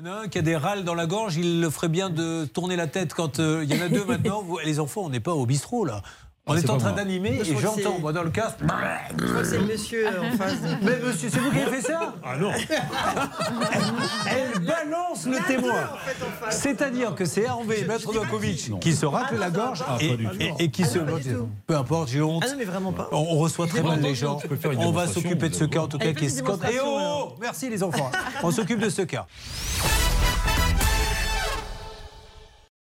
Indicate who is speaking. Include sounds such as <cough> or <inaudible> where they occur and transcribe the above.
Speaker 1: en a un qui a des râles dans la gorge, il le ferait bien de tourner la tête quand euh, il y en a deux maintenant. Vous- les enfants, on n'est pas au bistrot là. On
Speaker 2: Ah,
Speaker 1: est
Speaker 2: c'est
Speaker 1: en
Speaker 2: pas
Speaker 1: train
Speaker 2: moi.
Speaker 1: d'animer
Speaker 3: Moi, je
Speaker 1: et
Speaker 3: crois que
Speaker 1: j'entends,
Speaker 3: c'est-
Speaker 1: moi, dans le casque.
Speaker 3: Je crois que c'est le monsieur euh, en face.
Speaker 1: Mais monsieur, c'est vous qui avez fait ça Ah non <laughs> Elle balance le témoin
Speaker 3: En fait, en face.
Speaker 1: c'est-à-dire que c'est Hervé Matrodokovic qui se racle la gorge
Speaker 2: Ah, pas
Speaker 1: et,
Speaker 2: du tout.
Speaker 1: et- et qui se.
Speaker 3: non, pas du tout.
Speaker 1: Peu importe, j'ai honte.
Speaker 3: Ah non, mais vraiment pas.
Speaker 1: On, on reçoit très
Speaker 3: Évidemment,
Speaker 1: mal les
Speaker 2: non,
Speaker 1: gens.
Speaker 2: tu peux faire une
Speaker 1: On va
Speaker 2: démonstration,
Speaker 1: s'occuper de ce cas, en tout cas,
Speaker 4: Elle fait
Speaker 1: qui Eh est
Speaker 4: une
Speaker 1: scandaleux. Et
Speaker 4: démonstration,
Speaker 1: oh Merci les enfants. On s'occupe de ce cas.